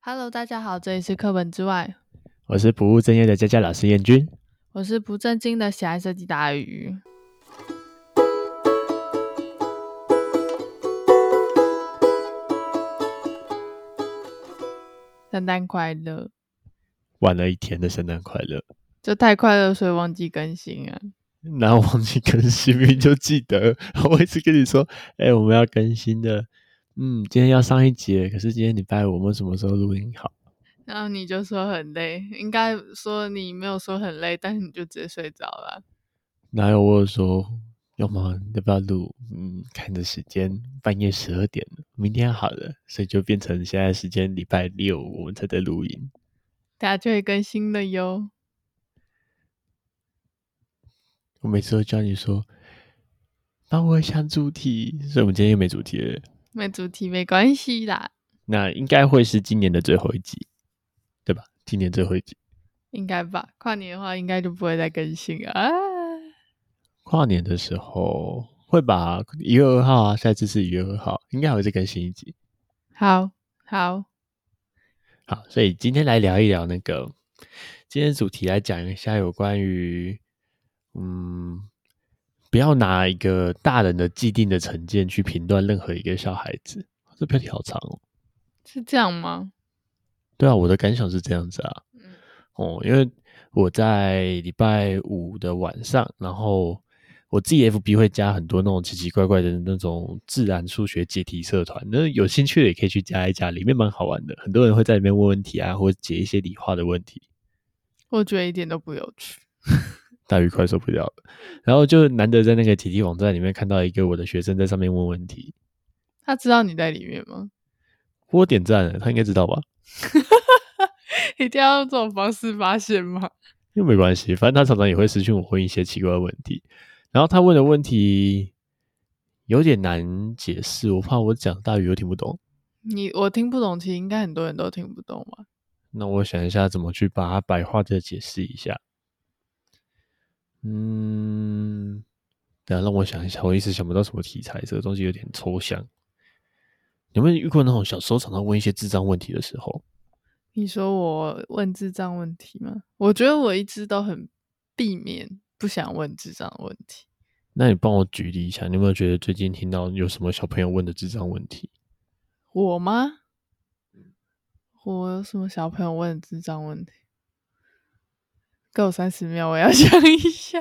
Hello，大家好，这里是课本之外，我是不务正业的佳佳老师燕君。我是不正经的喜爱设计大鱼。圣诞快乐！玩了一天的圣诞快乐，这太快乐，所以忘记更新啊了。然后忘记更新，明明就记得，我一直跟你说， 哎、我们要更新的，嗯，今天要上一节，可是今天礼拜五，我们什么时候录音好？然后你就说很累，应该说你没有说很累，但是你就直接睡着了。啊哪有我有说，要么要不要录？嗯，看着时间，半夜十二点了，明天好了，所以就变成现在时间礼拜六，我们才在录音。大家就会更新了哟。我每次都叫你说，帮我想主题，所以我们今天又没主题了。没主题没关系啦，那应该会是今年的最后一集，对吧？今年最后一集，应该吧？跨年的话应该就不会再更新了啊。跨年的时候会把一月二号啊，下一次是一月二号，应该还会再更新一集。好好，好，所以今天来聊一聊那个今天主题来讲一下有关于，嗯，不要拿一个大人的既定的成见去评断任何一个小孩子。这标题好长哦。是这样吗？对啊，我的感想是这样子啊。嗯哦，因为我在礼拜五的晚上，然后我自己 FB 会加很多那种奇奇怪怪的那种自然数学解题社团，那有兴趣的也可以去加一加，里面蛮好玩的，很多人会在里面问问题啊，或者解一些理化的问题。我觉得一点都不有趣。大鱼快受不了了，然后就难得在那个解题网站里面看到一个我的学生在上面问问题，他知道你在里面吗？ 我点赞了，他应该知道吧？一定要用这种方式发现吗？又没关系，反正他常常也会私讯我问一些奇怪的问题。然后他问的问题有点难解释，我怕我讲大鱼又听不懂。你我听不懂，其实应该很多人都听不懂吧？那我想一下怎么去把它白话的解释一下。嗯，等一下让我想一下，我一时想不到什么题材，这个东西有点抽象。有没有遇过那种小时候常常问一些智障问题的时候？你说我问智障问题吗？我觉得我一直都很避免不想问智障问题。那你帮我举例一下，你有没有觉得最近听到有什么小朋友问的智障问题？我吗？我有什么小朋友问智障问题？给我三十秒，我要 想一下。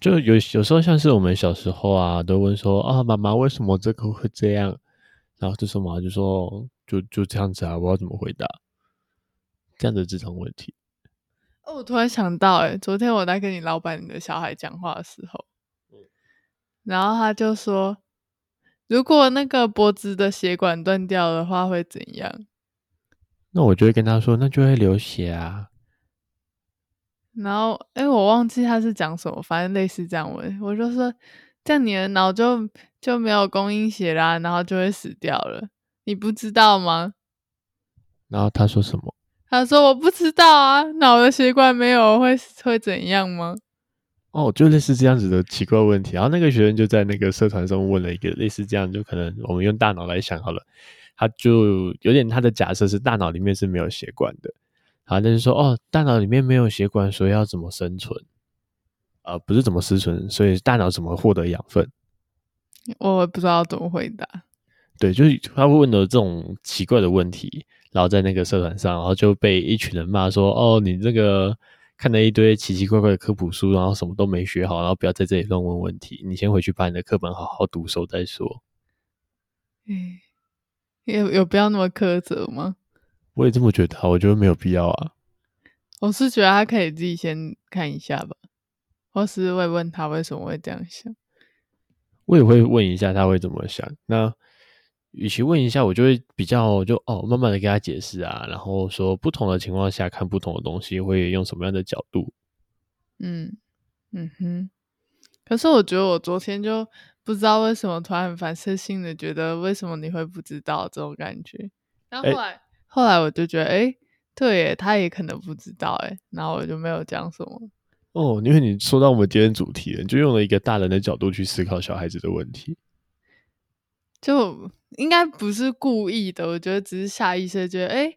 就有有时候像是我们小时候啊，都问说啊，妈妈为什么这个会这样？然后这时候妈妈就说，就就这样子啊，我要怎么回答？这样的智障问题，哦，我突然想到、欸，哎，昨天我在跟你老板的小孩讲话的时候，然后他就说，如果那个脖子的血管断掉的话会怎样？那我就会跟他说，那就会流血啊。然后，哎、我忘记他是讲什么，反正类似这样问，我就说，这样你的脑就就没有供应血啦，然后就会死掉了，你不知道吗？然后他说什么？他说我不知道啊，脑的血管没有会会怎样吗？哦，就类似这样子的奇怪问题。然后那个学生就在那个社团上问了一个类似这样，就可能我们用大脑来想好了，他就有点他的假设是大脑里面是没有血管的，然后他就说哦，大脑里面没有血管，所以要怎么生存？呃，不是怎么生存，所以大脑怎么获得养分？我不知道怎么回答。对，就是他会问的这种奇怪的问题，然后在那个社团上，然后就被一群人骂说：“哦，你这个看了一堆奇奇怪怪的科普书，然后什么都没学好，然后不要在这里乱问问题，你先回去把你的课本好好读熟再说。哎，有有必要那么苛责吗？”我也这么觉得啊，我觉得没有必要啊。我是觉得他可以自己先看一下吧，或是会问他为什么会这样想。我也会问一下他会怎么想。那与其问一下，我就会比较就哦，慢慢的给他解释啊，然后说不同的情况下看不同的东西会用什么样的角度。嗯嗯哼，可是我觉得我昨天就不知道为什么突然很反射性的觉得为什么你会不知道这种感觉，然后后哎来、后来我就觉得哎、诶对耶，他也可能不知道哎，然后我就没有讲什么。哦，因为你说到我们今天主题了，你就用了一个大人的角度去思考小孩子的问题。就应该不是故意的，我觉得只是下意识地觉得，哎、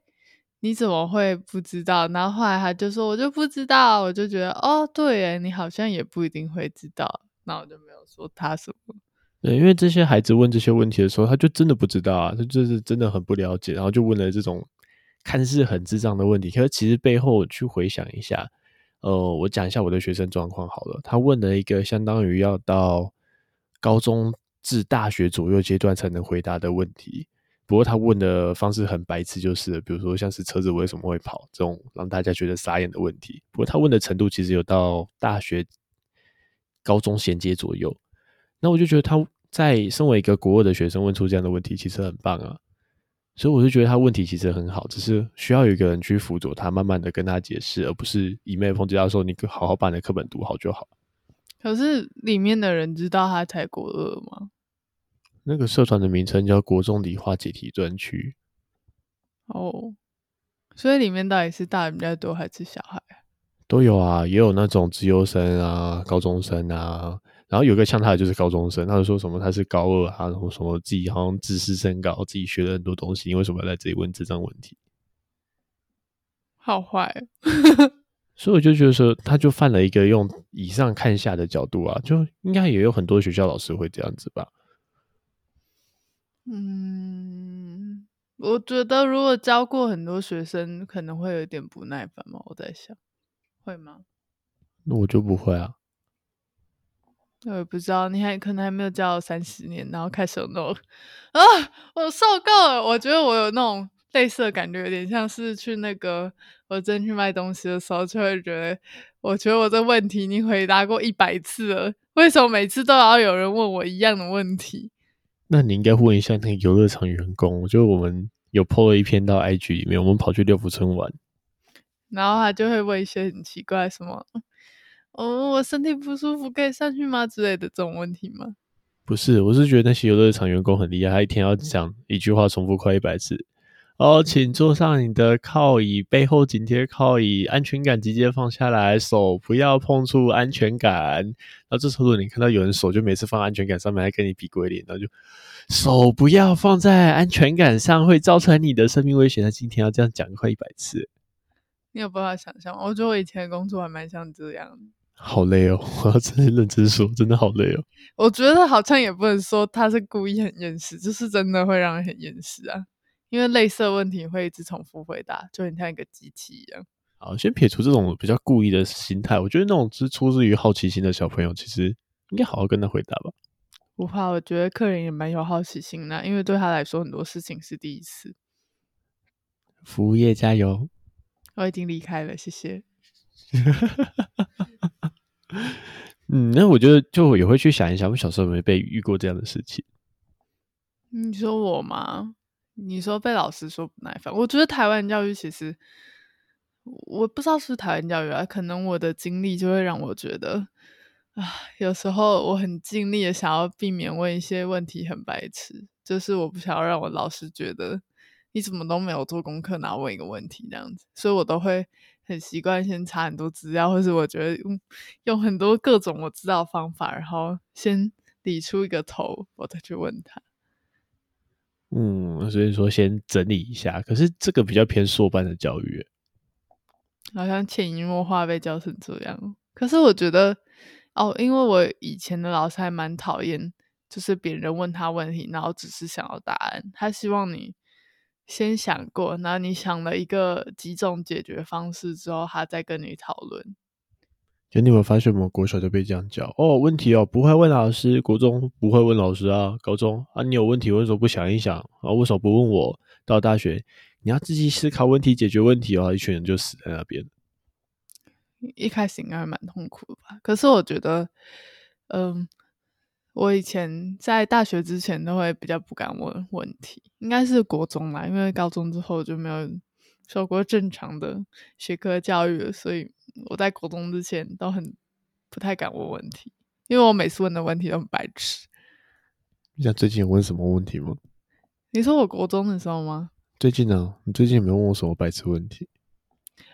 你怎么会不知道？”然后后来他就说：“我就不知道。”我就觉得：“哦，对耶，你好像也不一定会知道。”那我就没有说他什么。对，因为这些孩子问这些问题的时候，他就真的不知道啊，他就是真的很不了解，然后就问了这种看似很智障的问题，可是其实背后去回想一下，呃，我讲一下我的学生状况好了。他问了一个相当于要到高中至大学左右阶段才能回答的问题，不过他问的方式很白痴，就是了比如说像是车子为什么会跑这种让大家觉得傻眼的问题。不过他问的程度其实有到大学、高中衔接左右，那我就觉得他。在身为一个国二的学生问出这样的问题，其实很棒啊。所以我就觉得他问题其实很好，只是需要有一个人去辅佐他，慢慢的跟他解释，而不是一昧抨击他说你好好把你的课本读好就好。可是里面的人知道他才国二吗？那个社团的名称叫国中理化解题专区。哦，所以里面到底是大人比较多还是小孩？都有啊，也有那种资优生啊、高中生啊，然后有个像他的就是高中生，他就说什么他是高二啊，然后什么自己好像自视甚高，自己学了很多东西，你为什么要来这里问这障问题？好坏哦，所以我就觉得说，他就犯了一个用以上看下的角度啊，就应该也有很多学校老师会这样子吧。嗯，我觉得如果教过很多学生，可能会有点不耐烦嘛。我在想，会吗？那我就不会啊，我也不知道，你还可能还没有教三十年，然后开始有那种啊，我受够了。我觉得我有那种类似的感觉，有点像是去那个我真去卖东西的时候，就会觉得，我觉得我这问题你回答过一百次了，为什么每次都要有人问我一样的问题？那你应该问一下那个游乐场员工，我觉得我们有 PO 了一篇到 IG 里面，我们跑去六福村玩，然后他就会问一些很奇怪什么，哦，我身体不舒服，可以上去吗之类的这种问题吗？不是，我是觉得那些游乐场员工很厉害，他一天要讲一句话重复快一百次。哦，请坐上你的靠椅，背后紧贴靠椅，安全感直接放下来，手不要碰触安全感。然后这时候你看到有人手就每次放安全感上面，还跟你比鬼脸，然后就手不要放在安全感上，会造成你的生命危险。他今天要这样讲快一百次，你有办法想象吗？我觉得我以前的工作还蛮像这样的。好累哦！我要真的认真说，真的好累哦。我觉得好像也不能说他是故意很厌世，就是真的会让人很厌世啊。因为类似的问题会一直重复回答，就很像一个机器一样。好，先撇除这种比较故意的心态，我觉得那种是出自于好奇心的小朋友，其实应该好好跟他回答吧。不怕，我觉得客人也蛮有好奇心的啊、因为对他来说很多事情是第一次。服务业加油！我已经离开了，谢谢。嗯，那我觉得就也会去想一想，我小时候有没有被遇过这样的事情？你说我吗？你说被老师说不耐烦，我觉得台湾教育其实，我不知道是不是台湾教育啊，可能我的经历就会让我觉得，啊，有时候我很尽力的想要避免问一些问题很白痴，就是我不想要让我老师觉得你怎么都没有做功课，然后问一个问题这样子，所以我都会很习惯先查很多资料，或是我觉得用用很多各种我知道的方法，然后先理出一个头，我再去问他。嗯，所以说先整理一下。可是这个比较偏硕班的教育，好像潜移默化被教成这样。可是我觉得，哦，因为我以前的老师还蛮讨厌，就是别人问他问题，然后只是想要答案，他希望你先想过，然后你想了一个几种解决方式之后，他再跟你讨论。就你有没有发现我们国小就被这样教？哦，问题哦，不会问老师；国中不会问老师啊，高中啊，你有问题为什么不想一想啊？为什么不问我？到大学你要自己思考问题，解决问题哦。一群人就死在那边。一开始应该会蛮痛苦的吧。可是我觉得，嗯，我以前在大学之前都会比较不敢问问题，应该是国中啦，因为高中之后就没有受过正常的学科教育了，所以我在国中之前都很不太敢问问题，因为我每次问的问题都很白痴。你想最近有问什么问题吗？你说我国中的时候吗？最近呢、你最近有没有问我什么白痴问题？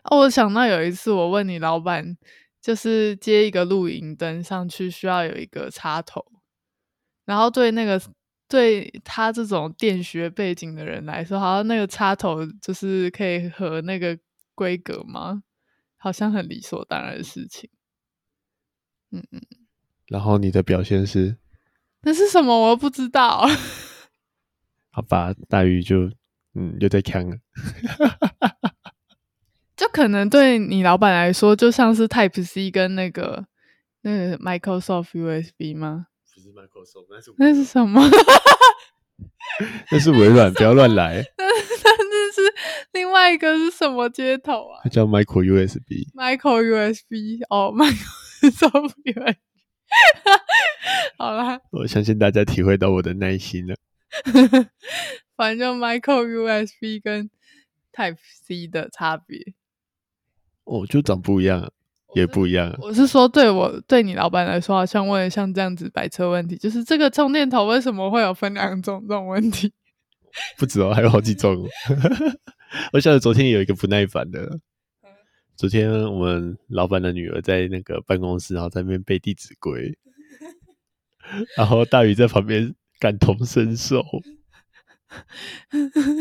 哦，我想到有一次我问你老板，就是接一个露营灯上去需要有一个插头，然后对那个对他这种电学背景的人来说，好像那个插头就是可以和那个规格吗？好像很理所当然的事情。嗯嗯，然后你的表现是，那是什么？我又不知道。 好吧，大鱼就嗯又在呛了。就可能对你老板来说，就像是 Type C 跟那个那个 Microsoft USB 吗？不是 Microsoft，那是那是什么？那是微软，不要乱来。 那那是另外一个是什么接头啊它叫 Micro USB。 ？Micro USB 哦，Microsoft USB。好啦，我相信大家体会到我的耐心了。反正就 Micro USB 跟 Type C 的差别。哦，就长不一样啊，也不一样啊。我是说，对我对你老板来说，好像问了像这样子摆车问题，就是这个充电头为什么会有分两种这种问题？ 不止哦，还有好几 种哦。我想昨天有一个不耐烦的，昨天我们老板的女儿在那个办公室，然后在那边背《弟子 规》，然后大宇在旁边感同身 受。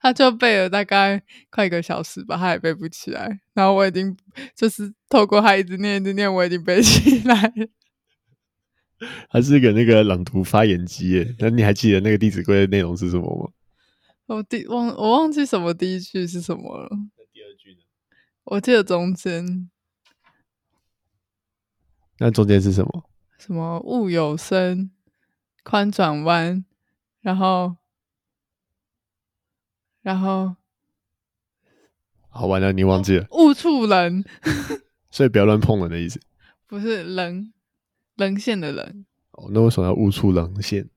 他就背了大概快一个小时吧，他也背不起来。然后我已经就是透过他一直念一直念，我已经背起来了。 他是个那个朗读发言机耶，那你还记得那个《弟子规》的内容是什么吗？我第忘我忘记什么第一句是什么了，那第二句呢？我记得中间那中间是什么？什么物有生，宽转弯，然后然后好，完了，你忘记了，误触人，所以不要乱碰人的意思。不是人人线的人，哦，那为什么要误触狼线？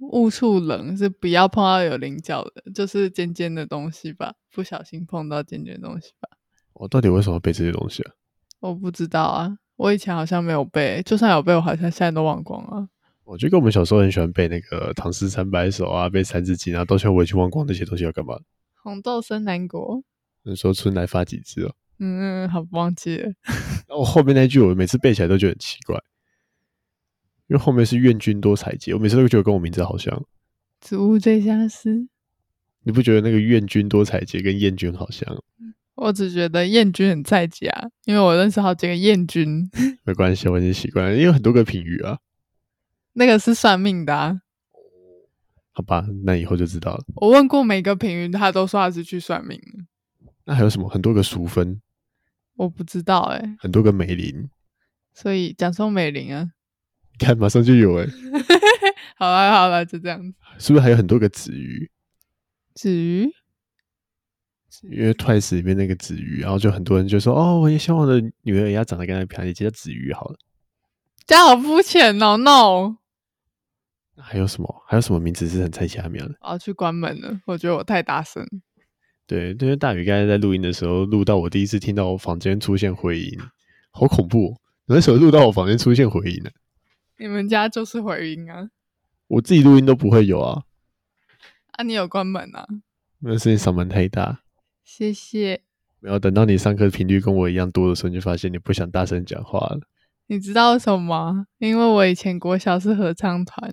误触人是不要碰到有棱角的，就是尖尖的东西吧，不小心碰到尖尖的东西吧。我、哦到底为什么要背这些东西啊？我不知道啊，我以前好像没有背，就算有背，我好像现在都忘光了。我就跟我们小时候很喜欢背那个《唐诗三百首》啊，背《三字经》啊，到现在我已经忘光那些东西要干嘛。红豆生南国，那时候春来发几枝哦，嗯，好忘记了。然后后面那句我每次背起来都觉得很奇怪，因为后面是“愿君多采撷”，我每次都觉得跟我名字好像。植物最相思，你不觉得那个“愿君多采撷”跟“燕君”好像？我只觉得燕君很在家，因为我认识好几个燕君， 没关系，我已经习惯了，因为有很多个评语啊。那个是算命的啊。好吧，那以后就知道了。我问过每个评语，他都说他是去算命的，那还有什么？很多个淑芬，我不知道哎、很多个梅林，所以讲宋美龄啊， 看马上就有哎、好了好了，就这样子。是不是还有很多个子瑜？至于因为 Twice 里面那个子瑜，然后就很多人就说：“哦，我也希望我的女儿也要长得跟她漂亮，就叫子瑜好了。这样好肤浅哦，no，” 还有什么？还有什么名字是很菜下面的？我要哦去关门了，我觉得我太大声了。对，因为大宇刚才在录音的时候，录到我第一次听到我房间出现回音，好恐怖、哦！那时候录到我房间出现回音呢、你们家就是回音啊？我自己录音都不会有啊，啊，你有关门啊？那是你嗓门太大。谢谢。没有等到你上课频率跟我一样多的时候，你就发现你不想大声讲话了。你知道为什么吗？因为我以前国小是合唱团，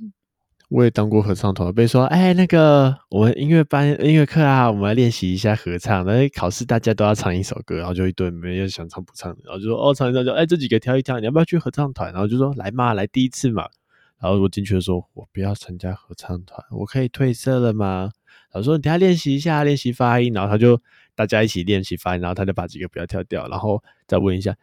我也当过合唱团，被说哎，那个我们音乐班音乐课啊，我们来练习一下合唱。然后考试大家都要唱一首歌，然后就一堆没有想唱不唱的，然后就说哦，唱一唱就哎，这几个挑一挑，你要不要去合唱团？然后就说来嘛，来第一次嘛。然后我进去的时候，我不要参加合唱团，我可以褪色了吗？老师说你等一下练习一下，练习发音。然后他就大家一起练习发音，然后他就把几个不要跳掉，然后再问一下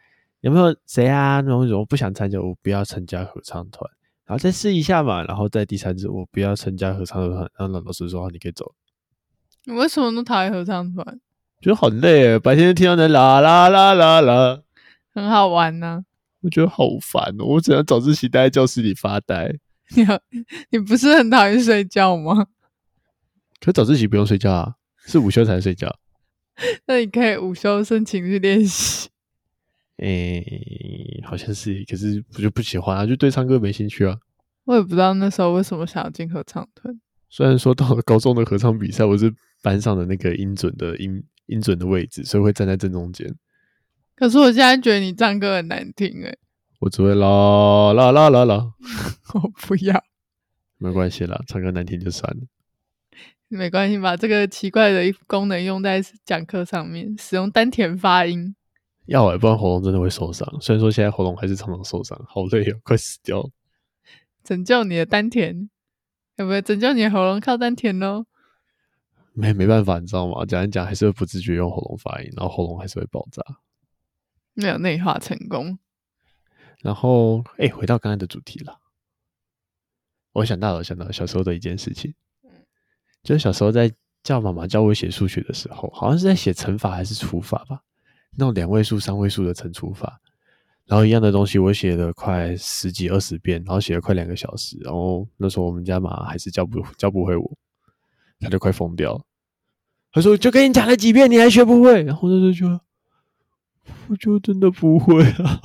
有没有谁啊？然后我不想参加，我不要参加合唱团。然后再试一下嘛，然后再第三次我不要参加合唱团，然后老师说好你可以走，你为什么那么讨厌合唱团？觉得好累耶，白天就听到那啦啦啦啦啦，很好玩啊呢、我觉得好烦哦，我只能早自习待在教室里发呆。你有你不是很讨厌睡觉吗？ 可早自习不用睡觉啊，是午休才能睡觉。那你可以午休申请去练习。诶、好像是，可是我就不喜欢啊，就对唱歌没兴趣啊。我也不知道那时候为什么想要进合唱团。虽然说到了高中的合唱比赛，我是班上的那个音准的音音准的位置，所以会站在正中间。可是我现在觉得你唱歌很 难听诶、欸我只会啦啦啦啦啦，我不要。没关系啦，唱歌难听就算了。没关系，把这个奇怪的一功能用在讲课上面，使用丹田发音。要哎、不然喉咙真的会受伤。虽然说现在喉咙还是常常受伤，好累哦，快死掉了。拯救你的丹田，有没有拯救你的喉咙靠丹田喽？没没办法，你知道吗？讲一讲还是会不自觉用喉咙发音，然后喉咙还是会爆炸。没有内化成功，然后，哎、回到刚才的主题了。我想到了，想到了小时候的一件事情，就是小时候在叫妈妈教我写数学的时候，好像是在写乘法还是除法吧，那种两位数、三位数的乘除法。然后一样的东西，我写了快十几二十遍，然后写了快两个小时。然后那时候我们家妈还是教不教不会我，她就快疯掉了。她说：“就跟你讲了几遍，你还学不会。”然后我就觉得，我就真的不会啊。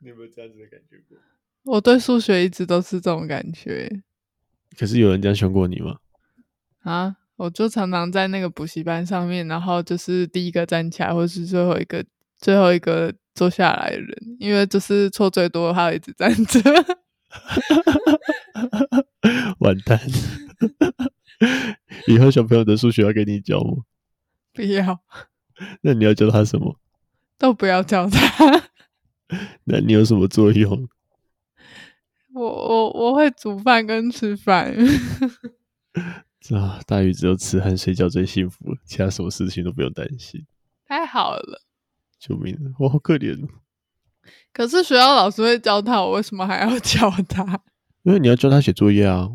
你有没有这样子的感觉过？我对数学一直都是这种感觉可是有人这样凶过你吗？ 啊！我就常常在那个补习班上面，然后就是第一个站起来，或是最后一个最后一个坐下来的人，因为就是错最多的话，我一直站着。完 蛋！以后小朋友的数学要给你教吗？不要，那你要教他什么？都不要教他。 那你有什么作用？我我我会煮饭跟吃饭。啊，大鱼只有吃和睡觉最幸福，其他什么事情都不用担心。太好了。救命啊！我好可怜哦，可是学校老师会教他，我为什么还要教他？ 因为你要教他写作业啊。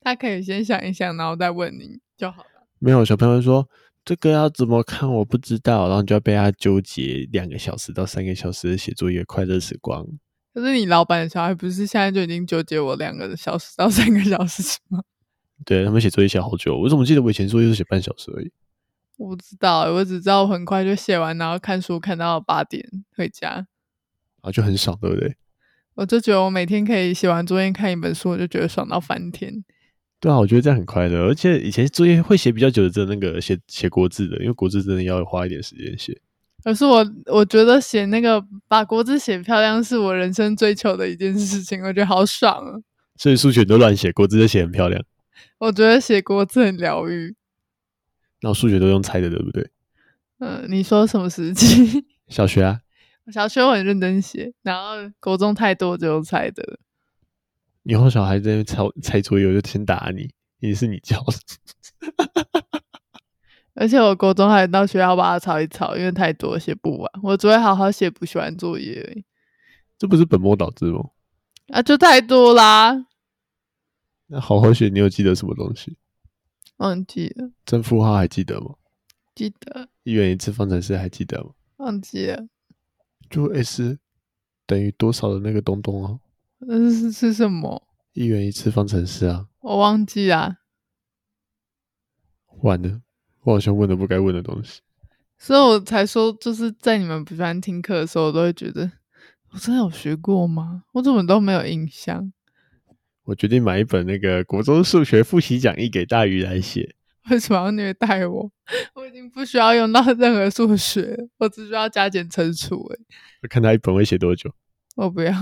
他可以先想一想，然后再问你就好了。没有小朋友会说这个要怎么看我不知道，然后你就要被他纠结两个小时到三个小时的写作业快乐时光。可是你老板的小孩不是现在就已经纠结我两个小时到三个小时吗？对他们写作业写好久，我怎么记得我以前作业都写半小时而已？我不知道欸、我只知道我很快就写完，然后看书看到八点回家。啊，就很少，对不对？我就觉得我每天可以写完作业看一本书，我就觉得爽到翻天。对啊，我觉得这样很快乐。而且以前作业会写比较久的，真的那个写写国字的，因为国字真的要花一点时间写。可是我我觉得写那个把国字写漂亮是我人生追求的一件事情，我觉得好爽啊！所以数学你都乱写，国字就写很漂亮。我觉得写国字很疗愈。那我数学都用猜的，对不对？嗯，你说什么时期？ 小学啊，我小学我很认真写，然后国中太多就用猜的了。以后小孩在那边猜猜作业，我就先打你，也是你教的。 而且我国中还到学校把它抄一抄，因为太多写不完。我只会好好写补习完作业而已这不是本末倒置吗？啊，就太多啦，那好好写，你有记得什么东西？忘记了，正负号还记得吗？记得一元一次方程式还记得吗？忘记了，就 S 等于多少的那个东东啊？那是是是什么？一元一次方程式啊！我忘记啦。完了，我好像问了不该问的东西。所以我才说，就是在你们补习班听课的时候，我都会觉得，我真的有学过吗？我怎么都没有印象？我决定买一本那个国中数学复习讲义给大鱼来写。为什么要虐待我？ 我已经不需要用到任何数学了，我只需要加减乘除。哎，我看他一本会写多久， 我不要。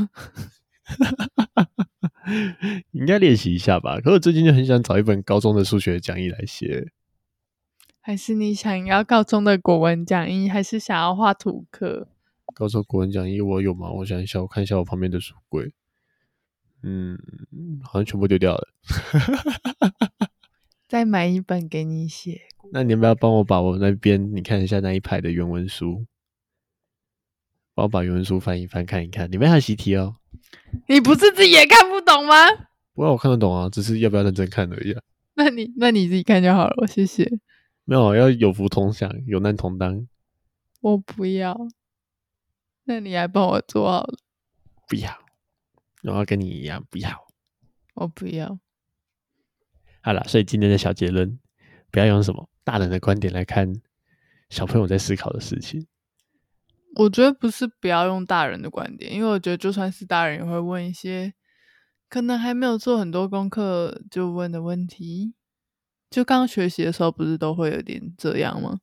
应该练习一下吧。可我最近就很想找一本高中的数学讲义来写。还是你想要高中的国文讲义，还是想要画图课？高中国文讲义我有吗？我想一下，我看一下我旁边的书柜。嗯，好像全部丢掉了。再买一本给你写。那你要不要帮我把我那边你看一下那一排的原文书，帮我把原文书翻一翻看一看，里面还有习题哦。你不是自己也看不懂吗？不过我看得懂啊，只是要不要认真看而已、啊。那你那你自己看就好了，谢谢。没有，要有福同享，有难同当。我不要。那你来帮我做好了，不要，我要跟你一样，不要。我不要。好了，所以今天的小结论，不要用什么大人的观点来看小朋友在思考的事情。我觉得不是不要用大人的观点，因为我觉得就算是大人也会问一些可能还没有做很多功课就问的问题。就刚学习的时候，不是都会有点这样吗？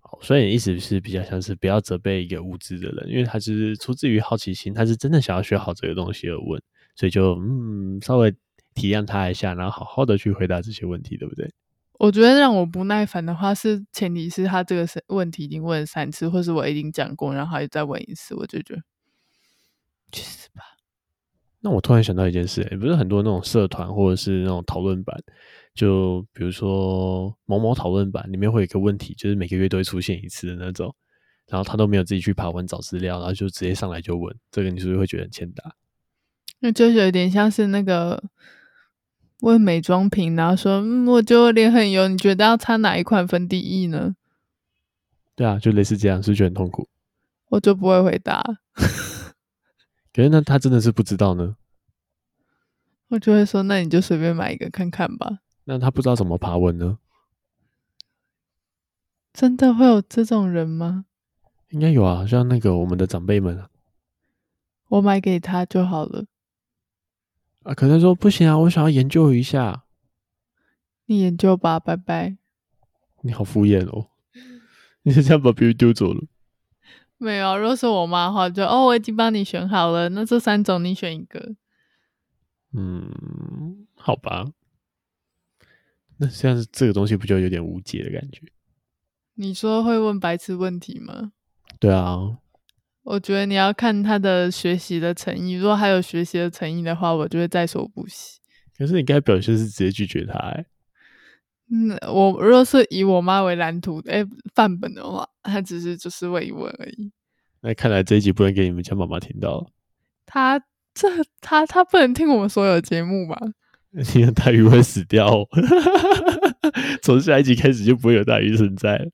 好所以哦你意思是比较像是不要责备一个无知的人，因为他是出自于好奇心，他是真的想要学好这个东西而问，所以就嗯稍微体谅他一下，然后好好的去回答这些问题，对不对？我觉得让我不耐烦的话，是前提是他这个是问题已经问了三次，或是我已经讲过，然后他又再问一次，我就觉得去死吧。那我突然想到一件事、欸，不是很多那种社团或者是那种讨论版，就比如说某某讨论版里面会有一个问题，就是每个月都会出现一次的那种，然后他都没有自己去爬文找资料，然后就直接上来就问，这个你是不是会觉得很欠打？那就是有点像是那个问美妆品，然后说，嗯，我觉得我脸很油，你觉得要擦哪一款粉底液呢？对啊，就类似这样，是不是觉得很痛苦。我就不会回答，可是那他真的是不知道呢？我就会说，那你就随便买一个看看吧。那他不知道怎么爬文呢？真的会有这种人吗？应该有啊，像那个我们的长辈们啊，我买给他就好了，啊可能说不行啊，我想要研究一下。你研究吧，拜拜。你好敷衍哦， 你是这样把别人丢走了。没有啊，如果是我妈的话，就哦，我已经帮你选好了，那这三种你选一个。嗯，好吧。那这样这个东西不就有点无解的感觉？你说会问白痴问题吗？对啊，我觉得你要看他的学习的诚意，如果他有学习的诚意的话，我就会在所不惜。可是你该表现是直接拒绝他、欸，嗯，我如果是以我妈为蓝图，哎，范本的话，她只是就是问一问而已。那看来这一集不能给你们家妈妈听到了， 她这她她不能听我们所有节目吧？你的大鱼会死掉、 哦。从下一集开始就不会有大鱼存在了。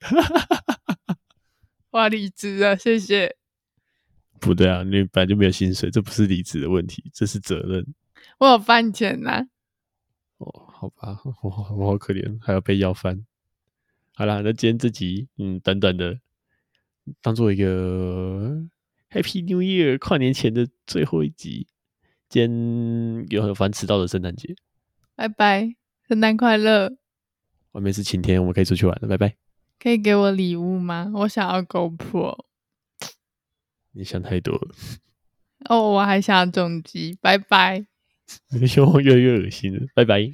哇，理智啊，谢谢。不对啊，你本来就没有薪水，这不是离职的问题，这是责任。我有饭钱呐、哦，好吧， 我好我好可怜，还要被要饭。好啦，那今天这集，嗯，短短的，当做一个 Happy New Year 跨年前的最后一集。今天有很烦迟到的圣诞节，拜拜，圣诞快乐！外面是晴天，我们可以出去玩了，拜拜。可以给我礼物吗？我想要 GoPro 你想太多了， 哦，我还想要重击，拜拜。你的愿望越来越恶心了，拜拜。